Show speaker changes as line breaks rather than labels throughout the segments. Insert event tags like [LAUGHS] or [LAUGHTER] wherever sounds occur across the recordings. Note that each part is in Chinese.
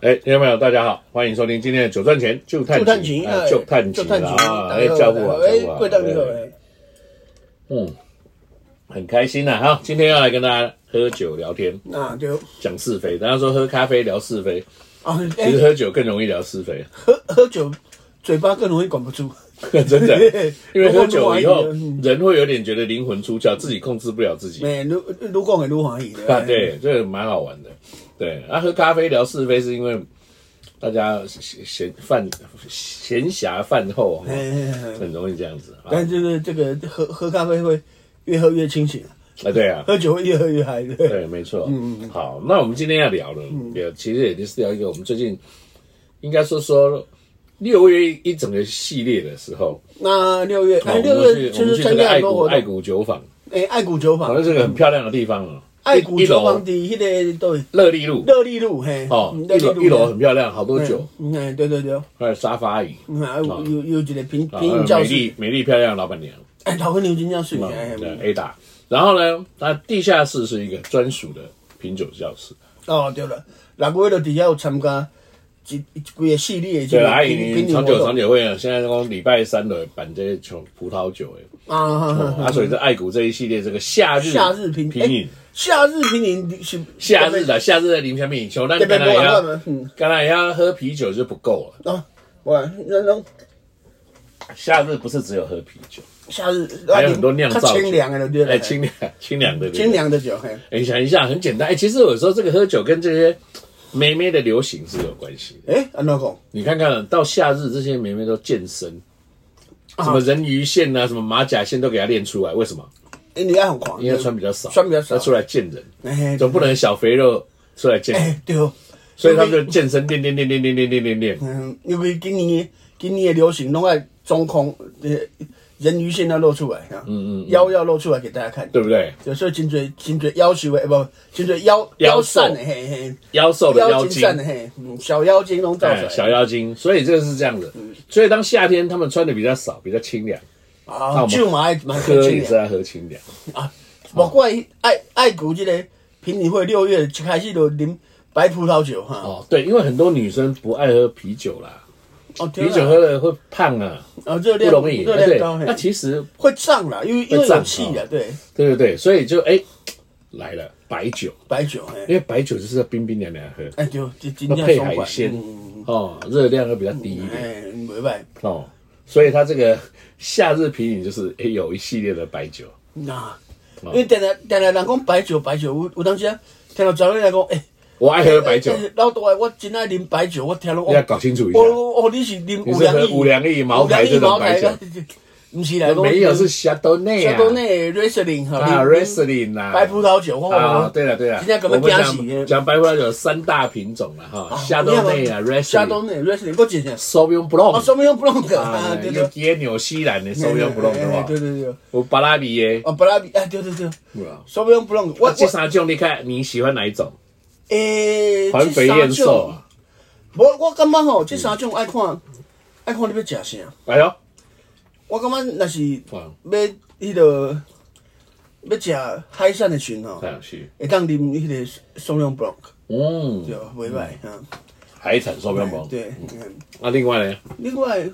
哎，听众朋友，大家好，欢迎收听今天的《九赚钱就探
就探情，
哎就探
就
情
探
了
情
啊！哎，教父啊，
哎
教父啊，
贵大你好，
对
哎，
嗯，很开心呐、哈！今天要来跟大家喝酒聊天，
啊对，
讲是非。大家说喝咖啡聊是非，
啊
其实
哎，
喝酒更容易聊是非，啊
喝喝酒嘴巴更容易管不住，
[LAUGHS] 真
[LAUGHS]
的。啊因为喝酒以后
嗯，
人会有点觉得灵魂出窍，自己控制不了自己。
哎，撸撸讲也撸欢喜的，
啊，对，这个蛮好玩的。对，啊，喝咖啡聊是非是因为大家闲闲饭闲暇饭后，
哎，哎，哎哎
很容易这样子啊。
但就是这个喝喝咖啡会越喝越清醒，
啊，对啊，
喝酒会越喝越嗨，对，
对，没错。嗯好，那我们今天要聊的，
嗯
也其实也就是聊一个我们最近应该说说六月一整个系列的时候，
那六月，
好
哎，
哦我
六
们
月
去
其
我们
实
去
参
这个
加
爱
很多
谷
活
爱
动，
谷酒坊，
哎，爱古酒
好
坊，
像是个很漂亮的地方啊。
爱
一
古
一
酒
楼
坊的迄个对，
乐利路
热力路嘿，
哦，
嗯
一楼一楼很漂亮，好多，
热力
酒
路，嗯哎，对对对，
还有沙发椅，
嗯，还有
啊
有有一个平
啊
平饮
还
教
有美
室。
丽美丽漂亮的老板娘，哦
哎，老跟牛津教水，哎，
对 A 大。然后呢，它地下室是一个专属的品酒教室。
哦，对了，六月就底下有参加一一几个系列的这
对
个
啦，阿
品
姨，
品
长
饮
久
活
长
动
久会啊，现在讲礼拜三的办这些酒葡萄酒哎。
啊哈哈哈，
啊，所以这爱谷这一系列这个夏日
夏日品
品饮
哎，夏日品饮是
夏日的夏日的林泉品饮，像那
这
刚
边
才
不玩
要
了嗯
刚才要喝啤酒就不够了。
啊，哇，那种
夏日不是只有喝啤酒，
夏日
还有很多酿
较
造酒
哦清凉的对了，
哎，清凉清凉的
清。凉的酒，嘿，
哎，你想一下，很简单。哎，其实我说这个喝酒跟这些妹妹的流行是有关系的。
哎，安怎讲？
你看看到夏日，这些妹妹都健身，
啊
什么人鱼线啊，什么马甲线都给她练出来。为什么？
哎，你也很狂，
因为穿比较少，
穿比较少
她出来见人，
哎，
总不能小肥肉出来见人。
哎，对哦，
所以他们就健身练练练练练练练练练。
嗯，因为今年今年的流行拢爱中空，呃，人鱼线要露出来，啊，嗯嗯，腰要露出来给大家看，
对不对？
有时候颈椎颈椎腰曲位，不颈椎腰
腰瘦
散的嘿嘿，
腰瘦的腰
腰
筋
筋，的嘿，嗯小腰筋拢造出
哎，
来。嗯
小腰筋，所以这个是这样子。所以当夏天他们穿的比较少，比较清凉，那
啊
我，们
就嘛爱蛮
喝
客
也
气
是
的
在喝清凉。
啊，莫怪爱爱古这个品饮会六月就开始就啉白葡萄酒哈。
哦，对，因为很多女生不爱喝啤酒啦，
哦，对
啤
啦
酒喝了会胖啊，
啊热
不
量
容易。
热
哎
量
对
高，嘿
那其实
会胀啦，因为因为
会胀
有气啊，对，
对对对，所以就哎来了白酒，
白酒哎
因为白酒就是要冰冰凉凉喝，
哎就就今
要
天
配
松
海
快
鲜
嗯
哦，热量会比较低一点。
哎没办法，
哦，所以它这个夏日品饮就是诶有一系列的白酒，
那
哦
因为等下等下人讲白酒白酒，有有当时啊听到早人来讲哎。
我爱喝白酒
[LAUGHS] 但，是老大，我真爱啉白酒，我听了
你
我
要搞清楚一下
我。我哦我你是啉
你
五
是
粮
喝
液、
五粮液茅台这种白酒
五粮液茅台，不是来
呃没有是霞多内啊
像，国内 Riesling 哈
啊
你
，Riesling 啊，
白葡萄酒，哦我
啊，对了对了
今，天
我
根
们
本惊
讲
死。
讲白葡萄酒有三大品种了
哦
哈，霞多内啊
夏
，Riesling、
多内 Riesling，我姐姐，
Sauvignon
哦，
Blanc
什么用不弄的啊
啊？，
对
有
对，
也纽西兰的 Sauvignon
哎
Blanc 对
哎哎对
吧？
对对，
有巴拉比耶，
哦，布拉比，哎，对对对，
对吧
什么用不弄？我
啊这
我
三种你看你喜欢哪一种？
诶，
环肥燕瘦啊，
我我感觉吼，这三种爱看爱看你要食啥。
哎呦，
我感觉若是
哇
要迄个要食海产的时候吼
太，有趣，
会当啉迄个松茸 block，
嗯
对，，袂歹哈。
海产 Sauvignon Blanc，
对，嗯
那另外呢？
另外，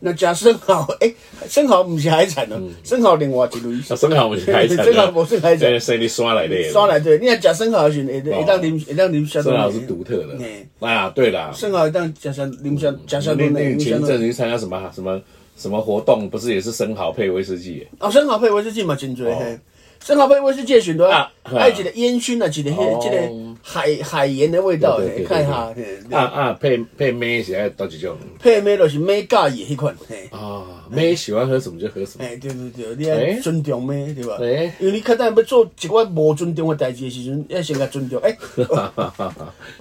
若食生蚝， [LAUGHS] 诶，生蚝毋是海产哦，
嗯
生蚝另外一类。
啊，生蚝不是海产啊，
生蚝不是海产
这生你刷来的，
山内对，你若食生蚝的时候，会
哦
会当啉会当啉小
生蚝是独特的
嘿
啊，对啦，
生蚝会当食啥啉啥食啥
那
嗯炖的，
嗯那你
啉啥
前一阵
炖。
子去参加什么什么什么活动，不是也是生蚝配威士忌耶？
哦，生蚝配威士忌嘛真多
哦
嘿。生蚝配威士忌的时阵
啊，啊
爱一个烟熏啊，一个
哦
迄即个海海盐的味道，
对
嘿
对对
看一
对
下。嘿对
啊啊，配配妹喜爱多几种
配咩就是咩介意迄款，嘿，
啊，妹喜欢喝什么就喝什么。 [LAUGHS]
哎对对对，你爱尊重咩对吧？
哎
因为你较等要做一寡无尊重的代志的时阵，要先甲尊
[LAUGHS]
重。哎，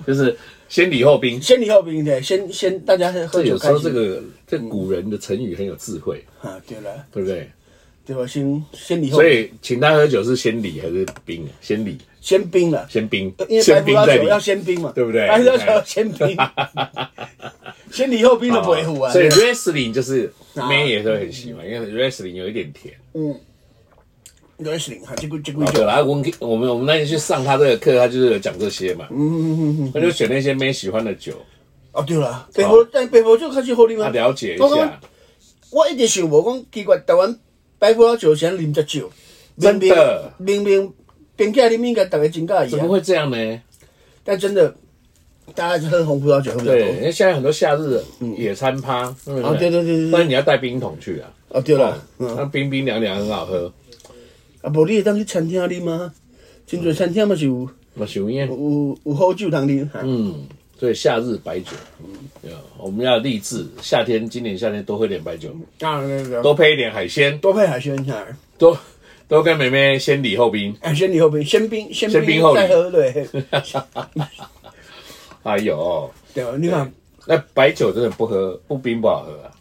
就是先礼后兵。
先礼后兵的，先先大家喝
这
酒
有时
开
候
心。
这个这古人的成语很有智慧，
啊，对了，
对不对？
对吧？先先礼后
所
兵，
以请他喝酒是先礼还是兵啊？先礼，
先兵了，
先兵
因，为白
先
葡
兵再
萄酒
礼
要。先兵嘛，
对不对
白葡萄酒要
[LAUGHS]
先兵，先礼后兵 [LAUGHS] 的不会糊啊。
所以
对
wrestling 就是
啊
man 也是很喜欢，因为 wrestling 有一点甜。
嗯， wrestling 哈，这个这个
啊，对
就
啦，我们我们我们那天去上他这个课，他就是有讲这些嘛，嗯嗯嗯，他就选那些妹喜欢的酒，
哦对啦，北部但北部就开始好啉
他
啊。
了解一
我感
下
觉，我一直想无讲奇怪，台湾啊白葡萄酒先啉只酒，明明
真的
明明评价里面应该大家真介意
怎么
啊，
会这样呢？
但真的大家喝红葡萄酒喝比较
对，因
多。
为现在很多夏日野餐趴，对不
啊嗯对对对对对
但是你要带冰桶去啊，
哦对啦，嗯
那冰冰凉凉很好喝，
啊无你会当去餐厅啉啊，真侪餐厅嘛是有
那喜欢。
有有好酒通啉。嗯，
嗯，所以夏日白酒，对啊我们要励志，夏天今年夏天多喝点白酒，
啊那个
多配一点海鲜，
多配海鲜啥，
多多跟妹妹先礼后兵。
海鲜你后边先冰先
先冰后
再
礼 [LAUGHS]
喝对，
哎呦，
对吧？你看。
那白酒真的不喝不冰不好喝啊。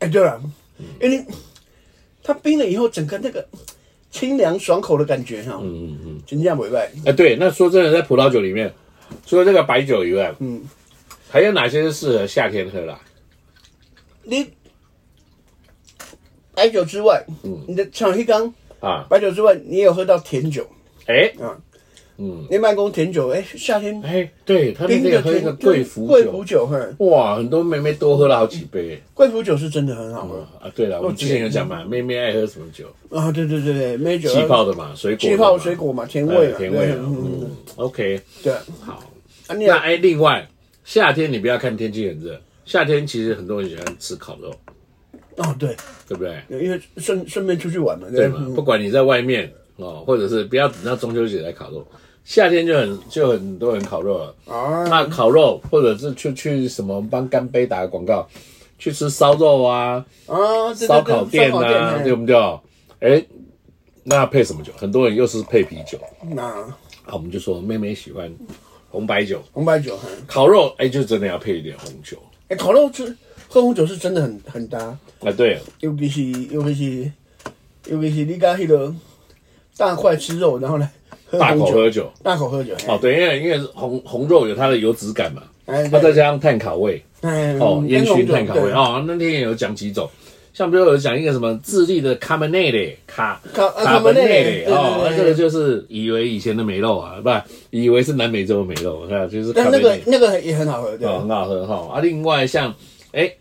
哎，对了，
嗯
因为它冰了以后，整个那个清凉爽口的感觉哈，嗯嗯，真正不赖。
哎，对，那说真的，在葡萄酒里面，除了这个白酒以外，嗯，还有哪些是适合夏天喝啦？
你白酒之外，嗯，你的像一缸
啊，
白酒之外，你也有喝到甜酒
哎
啊，
嗯，
你办公甜酒，哎，夏天
哎，对他们
冰
可以
的
喝一
甜
个贵腐
贵
酒
腐，酒，哼，
哇，很多妹妹多喝了好几杯。
贵腐酒是真的很好喝
啊，对
哦
了，我们之前有讲嘛，妹妹爱喝什么酒？
啊，对对对对，梅酒
嗯
啊
气泡的嘛，水果的
气
嘛
泡水果嘛，甜味
哎
嘛，
甜味
对
啊，
嗯，
嗯，OK，
对，
好。
啊，你
那
啊，
哎，另外夏天你不要看天气很热，夏天其实很多人喜欢吃烤肉，
哦，对，
对不对？
因为顺顺便出去玩嘛，
对
吧
嘛？不管你在外面哦，或者是不要等到中秋节才烤肉，夏天就很就很多人烤肉了。
啊，
那烤肉或者是去去什么帮干杯打个广告，去吃烧肉啊、
啊，对对对
烧烤店啊，
嘿
对不对？哎，那配什么酒？很多人又是配啤酒
那
啊，我们就说妹妹喜欢红白酒，
红白酒，嘿
烤肉哎就真的要配一点红酒
哎、烤肉吃喝红酒是真的很很搭，
啊，对。
尤其是尤其是尤其是你家迄个大块吃肉，然后呢喝
大口
红
喝
酒，
酒
大口喝酒，嘿
哦，对，因为因为红红肉有它的油脂感嘛，
哎，
它再
对
加上碳烤味
哎
哦，烟熏碳烤味，
跟红酒
哦，那天也有讲几种，像比如有讲一个什么智利的卡门内嘞，卡
卡啊
卡门内
Cabernet，
嘞，
对
哦，
对
那
对
这个就是以为以前的梅肉啊，不，以为是南美洲的梅肉，啊，就是
对
卡
但那
门
个
内，
那个也很好喝，对
哦，很好喝哈。啊，另外像哎，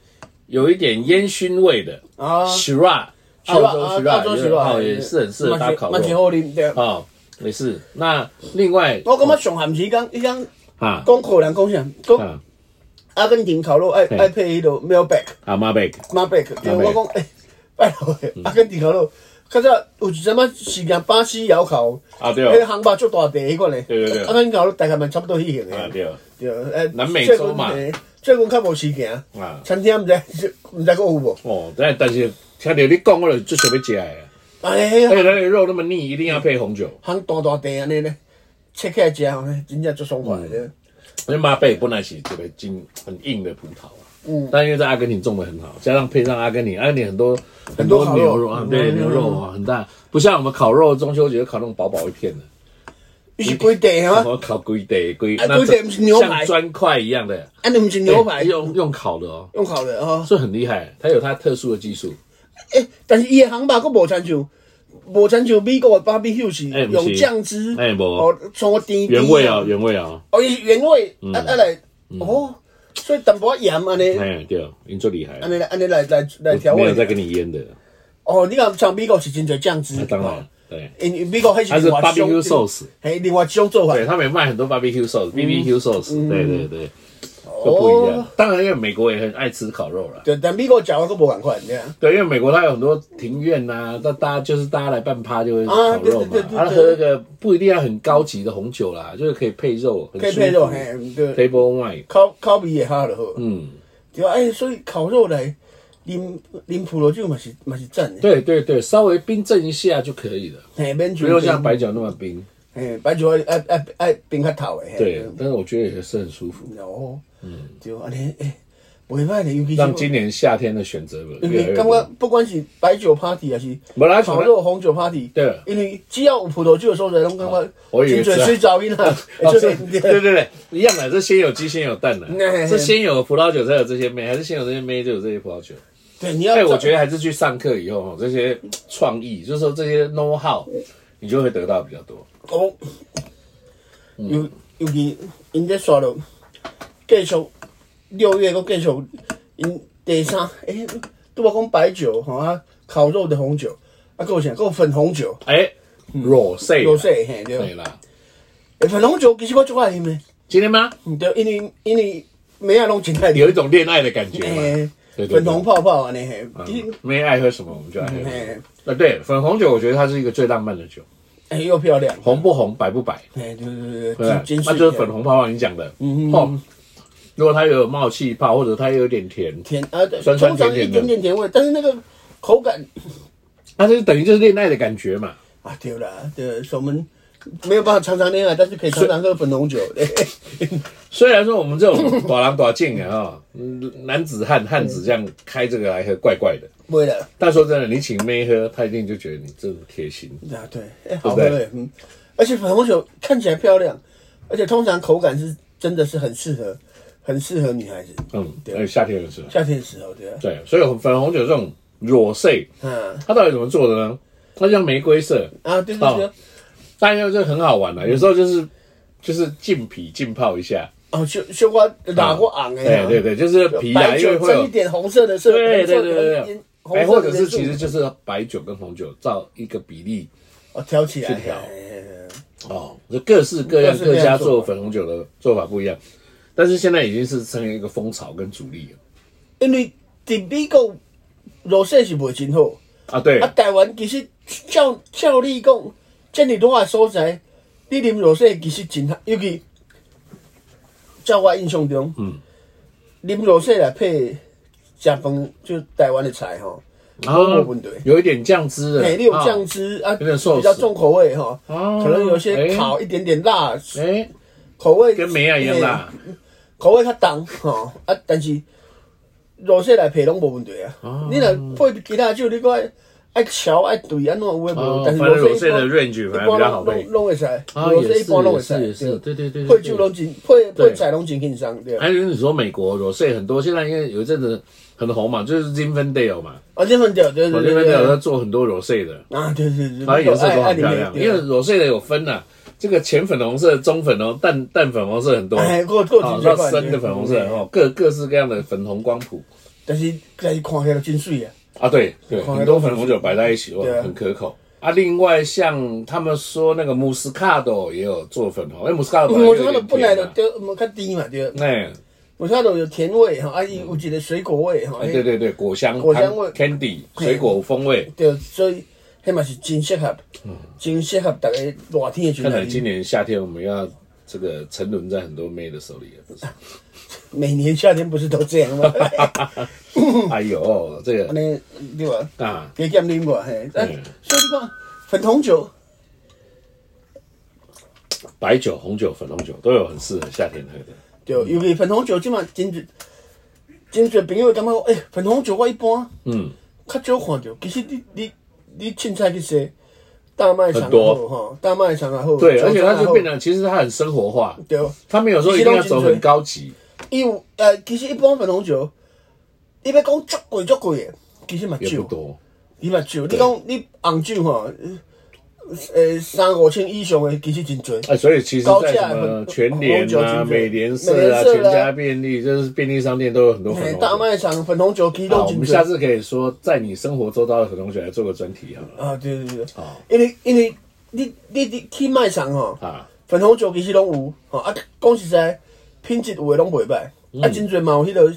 有一点烟熏味的
啊，
Shira，
是吧
澳洲
啊
Shira，
澳洲
也
是吧
哦，也是很适合搭烤
蛮蛮
肉
好啉对。
啊，也是。那另外哦
我感觉上含是讲，伊讲
啊
讲口人讲啥，讲
啊
阿根廷烤肉爱
嘿
爱配迄个 m e l b a c
啊马贝。
马贝克，因为我讲，诶、拜托诶，阿根廷烤肉，较早有一阵仔时间巴西窑烤，
啊对
迄个
哦，
杭巴足大地迄款咧，
对对对
阿根廷烤肉大概嘛差不多迄型
啊
诶，
对哦，
对，呃诶，
南美洲嘛
最近嘿最近较无时间，
啊
餐厅毋知毋知讲有无，
哦，但但是听到你讲，我就最想要吃的。啊
[LAUGHS] 哎呀
而，且那个肉那么腻，一定要配红酒。
杭大大地安尼咧，切起来食吼，真正足爽快
嗯
的，
因为马贝本来是这个金很硬的葡萄啊，嗯，但因为在阿根廷种的很好，加上配上阿根廷，阿根廷很多很
多烤肉
牛肉啊，对
嗯
牛肉啊很大，不像我们烤肉中秋节烤那种薄薄一片的，
伊是规地
什
[LAUGHS] 啊，
么烤龟得龟，
啊
那
龟得不是牛排
像砖块一样的
安尼毋是 [LAUGHS] 牛排
哎，用用烤的哦，
用烤的哦，
所以很厉害，它有它特殊的技术。
诶，但是伊的杭巴佫无亲像。无亲像美国的 barbecue 是
哎不是
用酱汁，
哎无
哦，从甜甜
原味啊，
的
原味啊，
哦，伊是原味，
嗯
啊啊来，哦，所以淡薄仔盐安尼，
哎对，你最厉害了
安，尼来安尼来来来调
没有在
味。
跟你腌的。
哦，你讲像美国是真侪酱汁
那，当
哦
然，，对，
因为美国迄
它是
是另外一
barbecue
种，
sauce，
嘿，另外一种做法。
对，他们也卖很多 barbecue sauce，BBQ sauce，对对对，都不一
嗯哦
样，。当然，因为美国也很爱吃烤肉了。
对，但美国食法佫无共款，对啊。
对，因为美国它有很多庭院呐、那大家就是大家来办趴就会
啊
烤肉嘛
对对对对，对
啊，喝个不一定要很高级的红酒啦，就是可以配肉，很
可以配肉，
舒
嘿，
服
对，
，table wine，
烤烤味也好就好。
嗯，
对啊，哎，所以烤肉来啉啉葡萄酒嘛是嘛是赞的，
对对对，稍微冰镇一下就可以了，
嘿，免
不
酒
用像白酒那么
嗯
冰。
嘿白酒爱爱爱爱冰较透的，嘿
对，但是我觉得也是很舒服，
哦，嗯，对，安尼哎，袂歹咧，尤其是
让今年夏天的选择
因
越来
为
越
感
多
觉。不管是白酒 party 还是
本来
烤肉红酒 party，
对
因为只要有葡萄酒的所在，拢感
我
觉
以为
清
是啊
水水噪音啊，
哦，
就是
[LAUGHS]
是
对对对，一样 [LAUGHS] 的，这先有鸡先有蛋的
嗯，
是先有葡萄酒才有这些妹，还是先有这些妹就有这些葡萄酒？
对，你要
哎，我觉得还是去上课以后，这些创意，就是说这些 know how，你就会得到比较多。
我尤尤其因这刷了，继续六月阁继续因第三诶，拄我讲白酒吼啊，烤肉的红酒，啊，够啥？够粉红酒，
哎，裸睡，
有说嘿对。
对啦。
诶粉红酒其实我最爱啉的，
今天吗？
毋对，因为因为每下拢真爱啉
有一种恋爱的感觉嘛。
诶
对对对
粉红泡泡安尼嘿，其实
嗯妹爱喝什么我们就爱喝什么
嗯。
啊，对，粉红酒，我觉得它是一个最浪漫的酒，
诶又漂亮，
红不红，白不白，
诶对对对
对不
对，
对
金金
那就是粉红泡泡，你讲的。嗯哦，如果它有冒气泡，或者它有点甜，
甜啊，对
酸酸
通
甜
常
甜的
一点点甜味，但是那个口感
那就是等于就是恋爱的感觉嘛。
啊，对了，对，所以我们没有办法常常恋爱，但是可以常常喝粉红酒。对
虽然说我们这种短郎短进的啊，嗯男子汉汉子这样开这个来喝，怪怪的。
[LAUGHS] 不会的，
但说真的，你请妹喝，她一定就觉得你真的贴心。
啊，对，哎，好喝
对不对
哎，嗯，而且粉红酒看起来漂亮，而且通常口感是真的是很适合，很适合女孩子，
嗯，而且
对，
夏天的时候，
夏天的时候，对啊，
对，所以粉红酒这种裸色，
嗯
它到底怎么做的呢？它像玫瑰色，
啊，对对对
哦，但又就很好玩
嗯
了、有时候就是就是浸皮浸泡一下，
哦，绣绣花打过昂哎，
对对对，
对，
就是皮啊，
白
因为
酒
会
沾
有
一点红色的色，
对对
红色
对
的
对
烟
对，
红
哎，
色
或
的
者
元
是
素
其实就是白酒跟红酒照一个比例
哦挑起来
去调
哎哎哎
哦，就各式各样
各式各
各
样
家
做
做
法
粉红酒的做法不一样，但是现在已经是成为一个风潮跟主力了
因为伫美国肉色是袂真好。
啊，对
啊，，台湾其实照照你讲，遮尔多个所在，你啉落雪其实真好，尤其照我印象中，嗯，啉落雪来配食饭，就台湾的菜吼，
然
没有问题。
有一点酱汁的，
哎，你有酱
哦，
汁啊，
有点寿司
比较重口味哈，
哦
可能有些
哎
烤一点点辣，
哎，
口味
跟梅亚啊一样啦，
哎口味较重吼、啊，但是落雪来配拢无问题啊。
哦
你若配其他酒，你讲爱调爱对安怎有诶无？
哦
但是
反正
落
裸
雪
睡
一般
的 range 反而比较好配
一般拢拢拢会使，
啊
落雪一般拢会
也是也
使
是，对对对对
配酒拢真配
对
配菜拢真轻松对。
哎，你说美国裸睡很多，现在因为有一阵子很红嘛，就是 Zinfandel 嘛，
啊，这份对对
我那
对对
边有在。
对
做很多裸睡的，
啊，对对对，
然后
哎
颜色都
爱爱
很
你
漂
们
亮，
对
因为裸睡的有分呐、这个浅粉红色、棕粉红、淡淡粉红色很多，
哎，够够
哦
真
到深的粉红色哦，各各式各样的粉红光谱
但是但是看起来都真水啊。
啊，对对，
狂
很多粉红酒摆在一起，哇
对，啊
很可口。啊，另外像他们说那个 Moscato 也有做粉红，哎，Moscato
我觉得本来就
的，
对，我较低嘛对。
啊哎，
我觉得有甜味哈，啊，伊有一个水果味哈。
哎嗯对对对，果香
果香味
candy
嘿
水果风味，
对，所以迄嘛是真适合，真适合大家热天的时
看来
阵来
今
啉。
年夏天我们要这个沉沦在很多妹的手里了，不
[LAUGHS]
是？
每年夏天不是都这样
[LAUGHS]
吗？
哎呦，这
安
个
尼对吧？
啊，
加减啉过嘿，但
嗯
所以你看粉红酒，
白酒、红酒、粉红酒都有很适合夏天喝的。
对，尤其粉红酒即嘛真侪真侪朋友感觉讲，诶、粉红酒我一般
嗯，
较少看到，其实你你你凊彩去说，大卖场
很
也
多
好吼，大卖场也好，
对，
酒
而且它
庄也
就
好
变得，其实它很生活化，
对。
它没有说一定要走很高级。
伊有呃，其实一般粉红酒，伊要讲足贵足贵的，其实嘛
也不
少。
多，
伊嘛酒，你讲你红酒吼，呃，三五千以上的其实真多。
哎，所以其实，
高
在
价
什么
很
全联
红酒
啊、
精
美联社
美
啊、
联社
全
啦
家便利，就是便利商店都有很多粉
嘿
红
大
酒。
卖场粉红酒其实
好，
都
我
真
们下
多。
次可以说，在你生活周遭的粉红酒来做个专题好了
啊，对对对
好，
因为因为你你你去卖场吼，
啊。
粉红酒其实拢有吼啊，讲实在，品质有的拢袂歹，啊，真多嘛有迄个。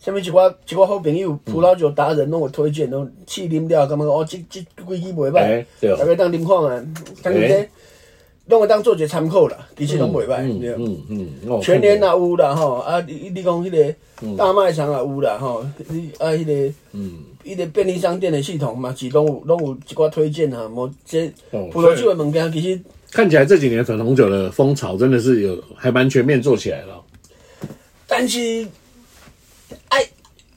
啥物一寡一寡好朋友，葡萄酒达人拢有推荐，拢试啉了，感觉哦，即即几支袂歹
哎，对哦
大家当啉看啊，当
哎
然这拢会当做一个参考啦，其实拢袂歹，对。啊
嗯嗯，哦嗯
全年也有啦吼，啊，你你讲迄个大卖场也啊有啦吼，你啊迄个，嗯，迄个便利商店的系统嘛，是拢有拢有一寡推荐啊，无这
哦
葡萄酒的物件其实
看起来这几年粉红酒的风潮真的是有还蛮全面做起来哦了。
但是爱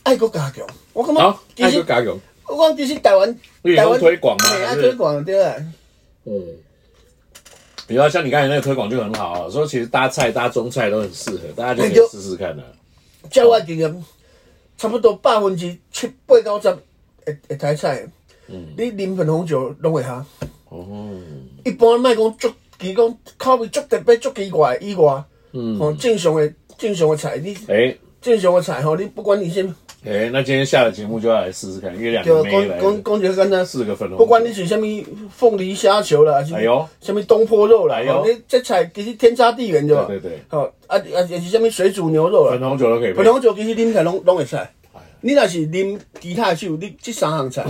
爱国加强，我感觉
好，
其
啊爱国
实
加油。
我讲其实台湾
你
台湾
用推广吗
嘿
还
爱
是
推广对啊，
嗯，有啊，像你刚才那个推广就很好啊，说
哎
啊其实搭菜搭中菜都很适合，大家就可以试试看了。
照我经验，差不多百分之七八九十会会台菜的。你啉粉红酒拢会合。
嗯哦，
一般莫讲足，其讲口味足特别、足奇怪的以外，嗯，吼、正常的正常的菜，你
哎
正常的菜吼，你不管你先，
哎，那今天下了节目就要来试试看，月亮
就
妹
讲
来
讲讲一个简单，
四个粉红，
啊不管你是啥物凤梨虾球啦，还是
哎呦
啥物东坡肉啦，
哎呦
吼你这菜其实天差地远对吧？
对对对
吼、啊啊也是啥物水煮牛肉啦
粉，红酒都可以配
葡，萄酒其实啉起来拢拢会
哎
使。你若是啉其他的酒，你即三项菜，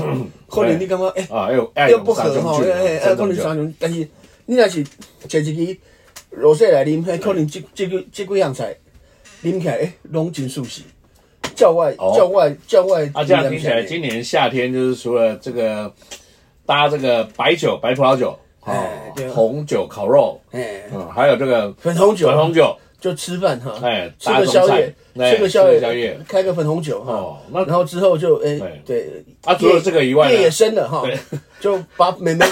可能你感觉诶，
啊，嗯哎呦，爱
要
用
不
三啊
合
种
哎吼，
酒，
诶，
三
可
种
能
酒，
三种，但是你若是坐一支罗西来啉，迄可能即即几即几项菜啉起来，诶，拢真舒适。叫外
哦
叫外叫外
啊，这样听起来，今年夏天就是除了这个搭这个白酒、白葡萄酒，
哎对
哦，红酒、烤肉，
诶，
嗯，还有这个
粉红酒啊
粉红酒，
就吃饭哈，
哎
吃个宵
大众
夜，
菜
吃个宵
哎吃
夜，
个宵夜
开个粉红酒哈
哦，那
然后之后就哎
对
对，
啊除了这个以外呢
夜也深了哈
对，
就把妹
[COUGHS]
妹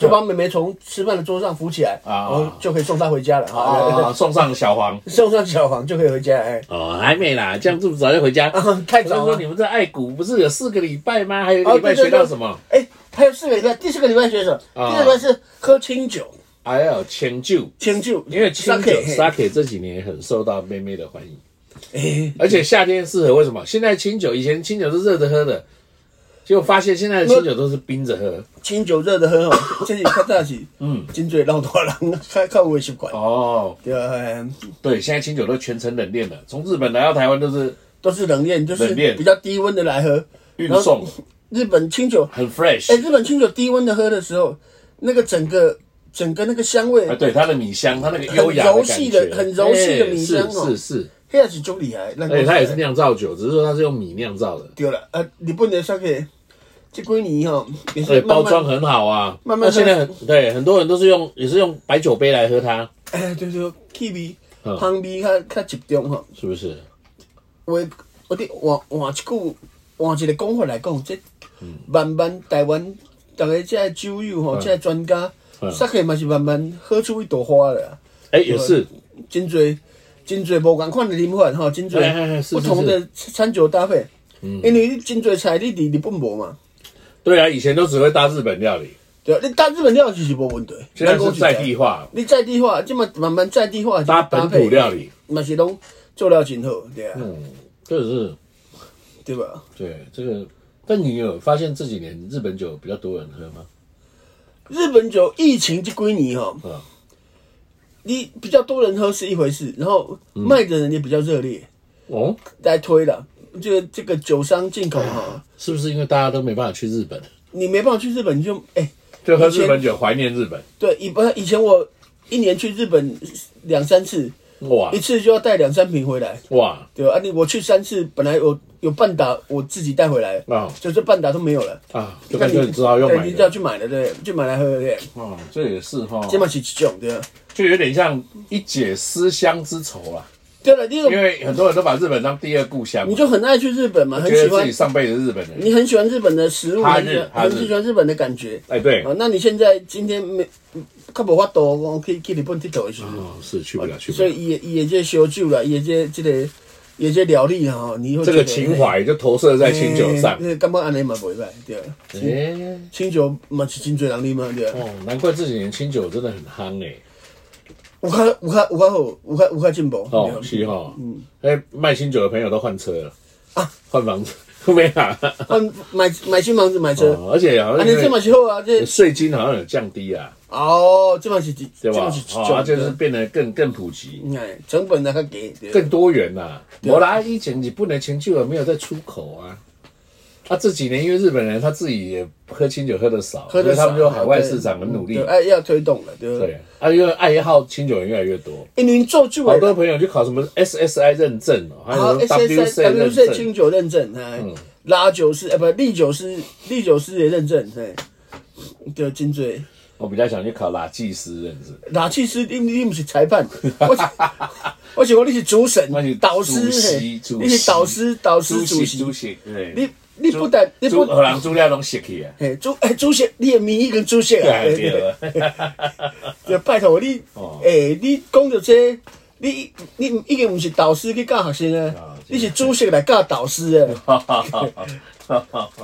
就把妹妹从吃饭的桌上扶起来，
啊
然后就可以送她回家了
啊，
哈，
送上小黄。
送上小黄就可以回家哎，
哦，还没啦，这样这么早就回家
啊太早了
我就说你们在爱谷不是有四个礼拜吗？还有一个
哦
礼拜
对对
学到
对
什么？
哎，还有四个礼拜，第四个礼拜学什么？
啊
第四个礼拜是喝清酒，
还有迁就，
清酒，
因为清酒
sake，
sake 这几年很受到妹妹的欢迎，
哎，
而且夏天适合为什么？现在清酒，以前清酒是热着喝的，结果发现现在的清酒都是冰着喝。
清酒热的很哦好，这是较早是嗯，真侪老大人较较有的习惯，
哦，
对。哎
对，现在清酒都全程冷链了，从日本来到台湾都是
都是冷链，就是
冷链
比较低温的来喝。
运
然后
送，
日本清酒，
很
哎、
fresh。
日本清酒低温的喝的时候，那个整个整个那个香味
啊，，对，它的米香，它那个优雅
很柔
感
细
觉，
的很柔细的米香哦
哎是是是，
黑也是酒厉害。那
而哎且它也是
样。
酿造酒，只是说它是用米酿造的，
对了，呃，日本的 sake 这几年哈、哦、也
对，
是慢
哎包
慢
装，很好啊。
慢慢
那现在很对，很多人都是用也是用白酒杯来喝它，
哎、对对气味、
嗯
香味较较集中哈、哦。
是不是？
我我得换换一句，换一个讲法来讲，这
嗯
慢慢台湾大家这些酒友吼、这些专家
嗯
sake 嘛是慢慢喝出一朵花了啊。
哎，也是，
真侪真侪无共款的啉法吼，真
哎哎哎
侪
是嗯
不同的餐酒搭配。因为你真侪菜你伫日本无嘛，
对啊，以前都只会搭日本料理，
对啊，你搭日本料就是无问题。
现在是在地化，
你在地化，即嘛慢慢在地化
搭本土料理，
嘛是拢做了真好，对啊，
嗯，这是
对吧？
对这个。但你有发现这几年日本酒比较多人喝吗？
日本酒疫情这几年吼，
嗯
你比较多人喝是一回事，然后
嗯
卖的人也比较热烈，
哦，
来推了。这个这个酒商进口哈，
是不是因为大家都没办法去日本，
你没办法去日本，你就哎、
就喝
以前
日本酒怀念日本？
对，以不以前我一年去日本两三次，
哇
一次就要带两三瓶回来，
哇
对吧？啊，你我去三次，本来有有半打我自己带回来，
啊
就这半打都没有了，
啊！就干脆只好用
对
买
你就要
的。
去买了，对，去买来喝，对，
哦，这也是哈，
这嘛是一种对吧。
就有点像一解思乡之愁啦。
对了，你有
因为很多人都把日本当第二故乡
你，就很爱去日本嘛，很
觉
喜
得自
欢
己，上辈子是日本人。
你很喜欢日本的食物，
哈
很
日
喜欢
哈日
很喜欢日本的感觉。
哎，对
啊，，那你现在今天没，较无法度讲去去日本佚佗的时候。
哦，是去不了，去不
所
了。
以伊的伊的这烧酒啦，伊的这这个伊的这料理哈，你会
这
觉
个
得
情怀就投射在清酒上
欸。欸感觉安尼嘛袂歹，对。
哎，
清酒嘛是真侪人啉嘛，对。
哦，难怪这几年清酒真的很夯哎。
有较有较有较好，有较有较进步。
哦，
对
是哈。嗯，哎，卖清酒的朋友都换车了啊，换房子没
[LAUGHS]
啦。
啊，买买新房子买车，
哦而且好
安
像
尼
因为
这嘛是好啊，这
税金好像有降低啊，
哦，这嘛是一
对
这
吧
嘛是？一
哦啊，
种，
就是变得更更普及。
哎，成本那较低，对。
更多元呐、
嗯
我啦，以前你不能清酒，没有在出口啊。他、这几年因为日本人他自己也喝清酒喝的少，
喝
所
得
以他
少
们就海外市场很努力
对，。哎，要推动了，对。
对，啊，因为爱好清酒人越来越多，
因为做酒
好
的
多朋友去考什么 SSI 认证哦，还
好
有什么 WC
，SSI
认
WC
证。嗯
清酒认证，哎，拉酒师，哎，不，利酒师，利酒师也认证，哎，对，真多。
我比较想去考拉技师认证，
拉气师，你你不是裁判，
[LAUGHS]
我是我想讲你是主审
我是、
导师，
主席
嘿
主席
你是导师、导师、主席
主，席，对，
你你不但你
主
不
荷兰主料拢熟
[LAUGHS]
去啊，
嘿主哎主席，你的名义跟主席啊，
对
嘿
对，
就拜托你
哦，
哎，你讲到这你你已经毋是导师去教学生诶
啊，
你是主席来教导师啊诶。
[LAUGHS]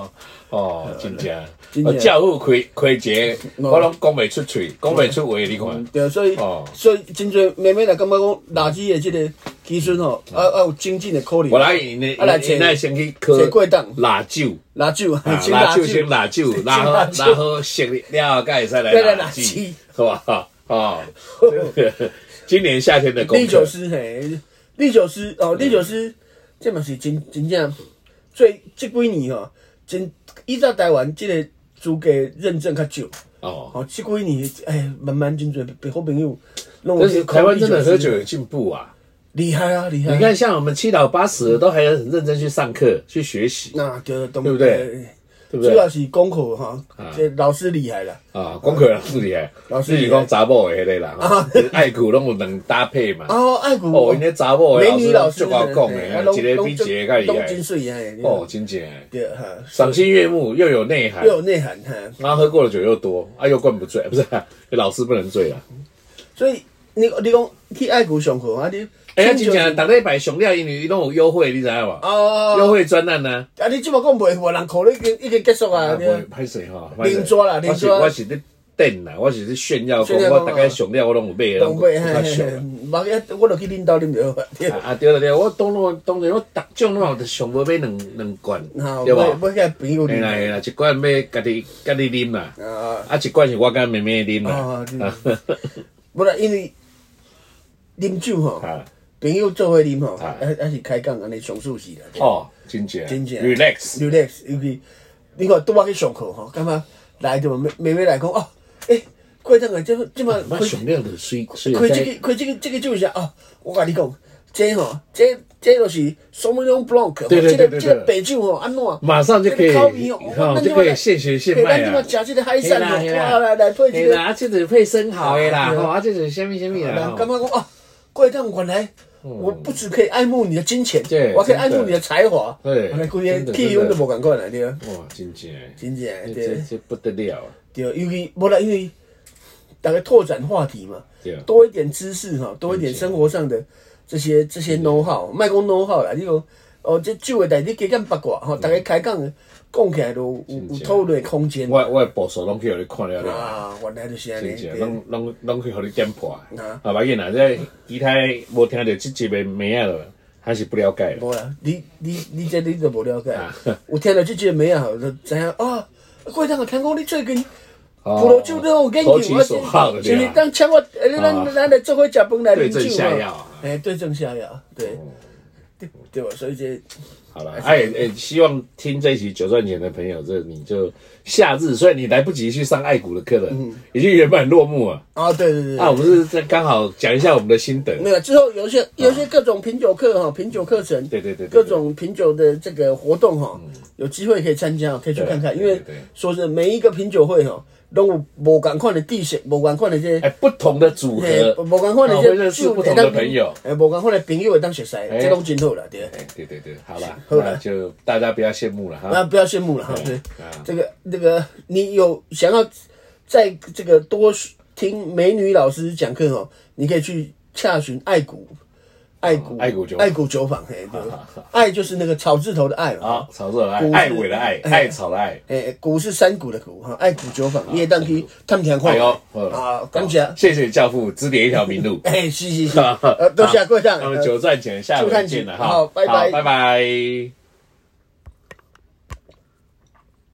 哦，真正，
真
我
正
教育开开节，我拢讲袂出嘴，讲袂出话，你看，
对，所以、
哦
所以真侪妹妹来感觉讲垃圾的即个基准吼，啊啊有精进的可能。
嗯我来因的，
啊来
因来先去
找
喝
过档
辣酒，
辣酒，
啊
[LAUGHS] 先
辣
辣
酒先辣酒，然后
辣
然后熟了后，才会使来
再来
辣
辣
酒
酒，
好吧？
[LAUGHS]
哦，今年夏天的功
历
课
酒，师嘿，历酒师哦，历酒师，这嘛是真真正最即几年吼，真依照台湾即个资格认证较少。
哦，
哦，即几年哎，慢慢真侪好朋友拢有
但
去
是
考
台湾真的
历酒
喝
师
酒有进步啊。
厉害啊，厉害！
你看，像我们七老八十的都还很认真去上课、去学习，
那对，对
对不对？对啊不
主
对？
要嗯是啊功课哈，这老师厉害啦。
啊，功课老师厉害，
老师啊
你是
厉害
讲查某的迄个啦，吼就是爱苦拢有能搭配嘛。
哦，爱国
哦，因为查某的
美女老师哎
就好讲的，啊一个比一个较厉
拢
害。
真水嘿，
哦，真正的，
对哈，
赏心悦目又有内涵
又，有内涵哈，
然后喝过的酒又多，啊，又灌不醉，不是啊，老师不能醉啊
[LAUGHS]
啦。
所以你你讲去爱国上课啊，你
哎呀，真正，逐礼拜上了，因为伊拢有优惠，你知影无？优
哦，
惠专案呢？
啊你即马讲袂无人考你已经已经结束啊，
啊，
对
不歹势吼，
连抓啦
我是
连抓
我是咧等啦，我是咧炫耀讲，
炫耀
我
讲
大概上了我拢有买，
东
拢
北
有
嘿
较
嘿
俗
嘿，目我著去恁兜啉就好啊，对，
啊啊对了对了，我当然当然我逐种拢有上无买两两罐，
好，
对
买
无？
买个朋友
嘿啦嘿
啉，
啦，一罐买家己家己啉啦，
啊，
啊一罐是我甲妹妹啉啊
哦对
啦，
不然因为啉酒吼，
啊
朋友做伙啉吼，
啊
还还是开讲安尼上舒适啦。
[LAUGHS] 哦，真正
真正
relax，
relax，尤其你看拄仔去上课吼，感觉来啊就妹妹妹来讲哦，诶、过阵个即即马
我
开
上了就水水
开即
在
个开即个即个就是啊，我甲你讲，这吼这这就是什么种 block，
对对
这
对对
个这个白酒吼安啊怎？
马上就可以
烤鱼哦，
哦
咱
就可以现学现卖啊
咱即马食即个海
嘿
产
啦嘿
哦，
啦
哇来来配
嘿
即个
啦，，啊这就是配生蚝的啦，
啊对啊
吼啊这就是虾米虾米啦
人，感
吼
觉讲哦，过阵原来。我不只可以爱慕你的金钱
对，
我可以爱
真
慕
的
你的才华，
对
安尼规
真
个
的
气
真的
氛都无共款啦，对吧？
哇真正的，
真
这
正
这
对
这不得了啊，
对，尤其无啦，因为大家拓展话题嘛
对啊，
多一点知识哈，多一点生活上的这些这些 know how，卖讲 know how 啦，你讲哦，这酒的代志加减八卦吼，大家开讲的讲起来都有有
真
有
正
讨论的空间
我我的步数拢去互你看了了。
啊，原来就是安尼，
真正
对
拢拢拢去互你点破的
啊，
啊，别紧啦，这其他无听到即集的名啊了，还是不了解了。
无啦，啊你你你这你都无了解
啊，
有听到这节没有，就知影啊，过当我听讲你最近。
哦
葡萄酒都有研究，啊
投其所好的
是
对
是
吧
当请我，呃
啊
咱咱来做伙食饭来
对
啉
症
酒
下
嘛
药啊哦
哎，对症下药，对，对对吧？所以这
好了，哎哎，希望听这一期九赚钱的朋友，这你就夏日，虽然你来不及去上爱股的课了，已经圆满落幕了。
啊，对对嗯对，
啊，我们是在刚好讲一下我们的心得。
没有之后有一些有一些各种品酒课哈，品酒课程，
对对对对对嗯
各种品酒的这个活动哈，有机会可以参加，可以去看看，
对
因
对
为说是每一个品酒会哈，都有无赶款的地形，无赶款的这
哎，。不同的组
嘿，
合，
无共款的
啊
这
会认识不同的朋友。，
哎，无共款的朋友会当熟识，这拢真好啦，对。
哎，对对对，好啦，
好啦
那就大家不要羡慕了
啊，
哈。
不要羡慕了哈。对
啊，
这个这个，你有想要在这个多听美女老师讲课哦，你可以去洽询爱谷，爱谷
啊爱谷酒
爱谷酒坊，嘿，对，爱就是那个草字头的爱嘛。
好，草热爱，
故事
爱伟的爱，
哎
爱草的爱。
诶，谷是山谷的谷哈，爱谷酒坊，你也当去探听看
啊哎呦，好
看。啊，感谢。
好。谢谢教父指点一条明路
[LAUGHS] 哎，是是是，呃，多谢各位长
那。么久赚钱，下
祝
回
看
见
景
了
好
哈，
拜拜
好拜拜。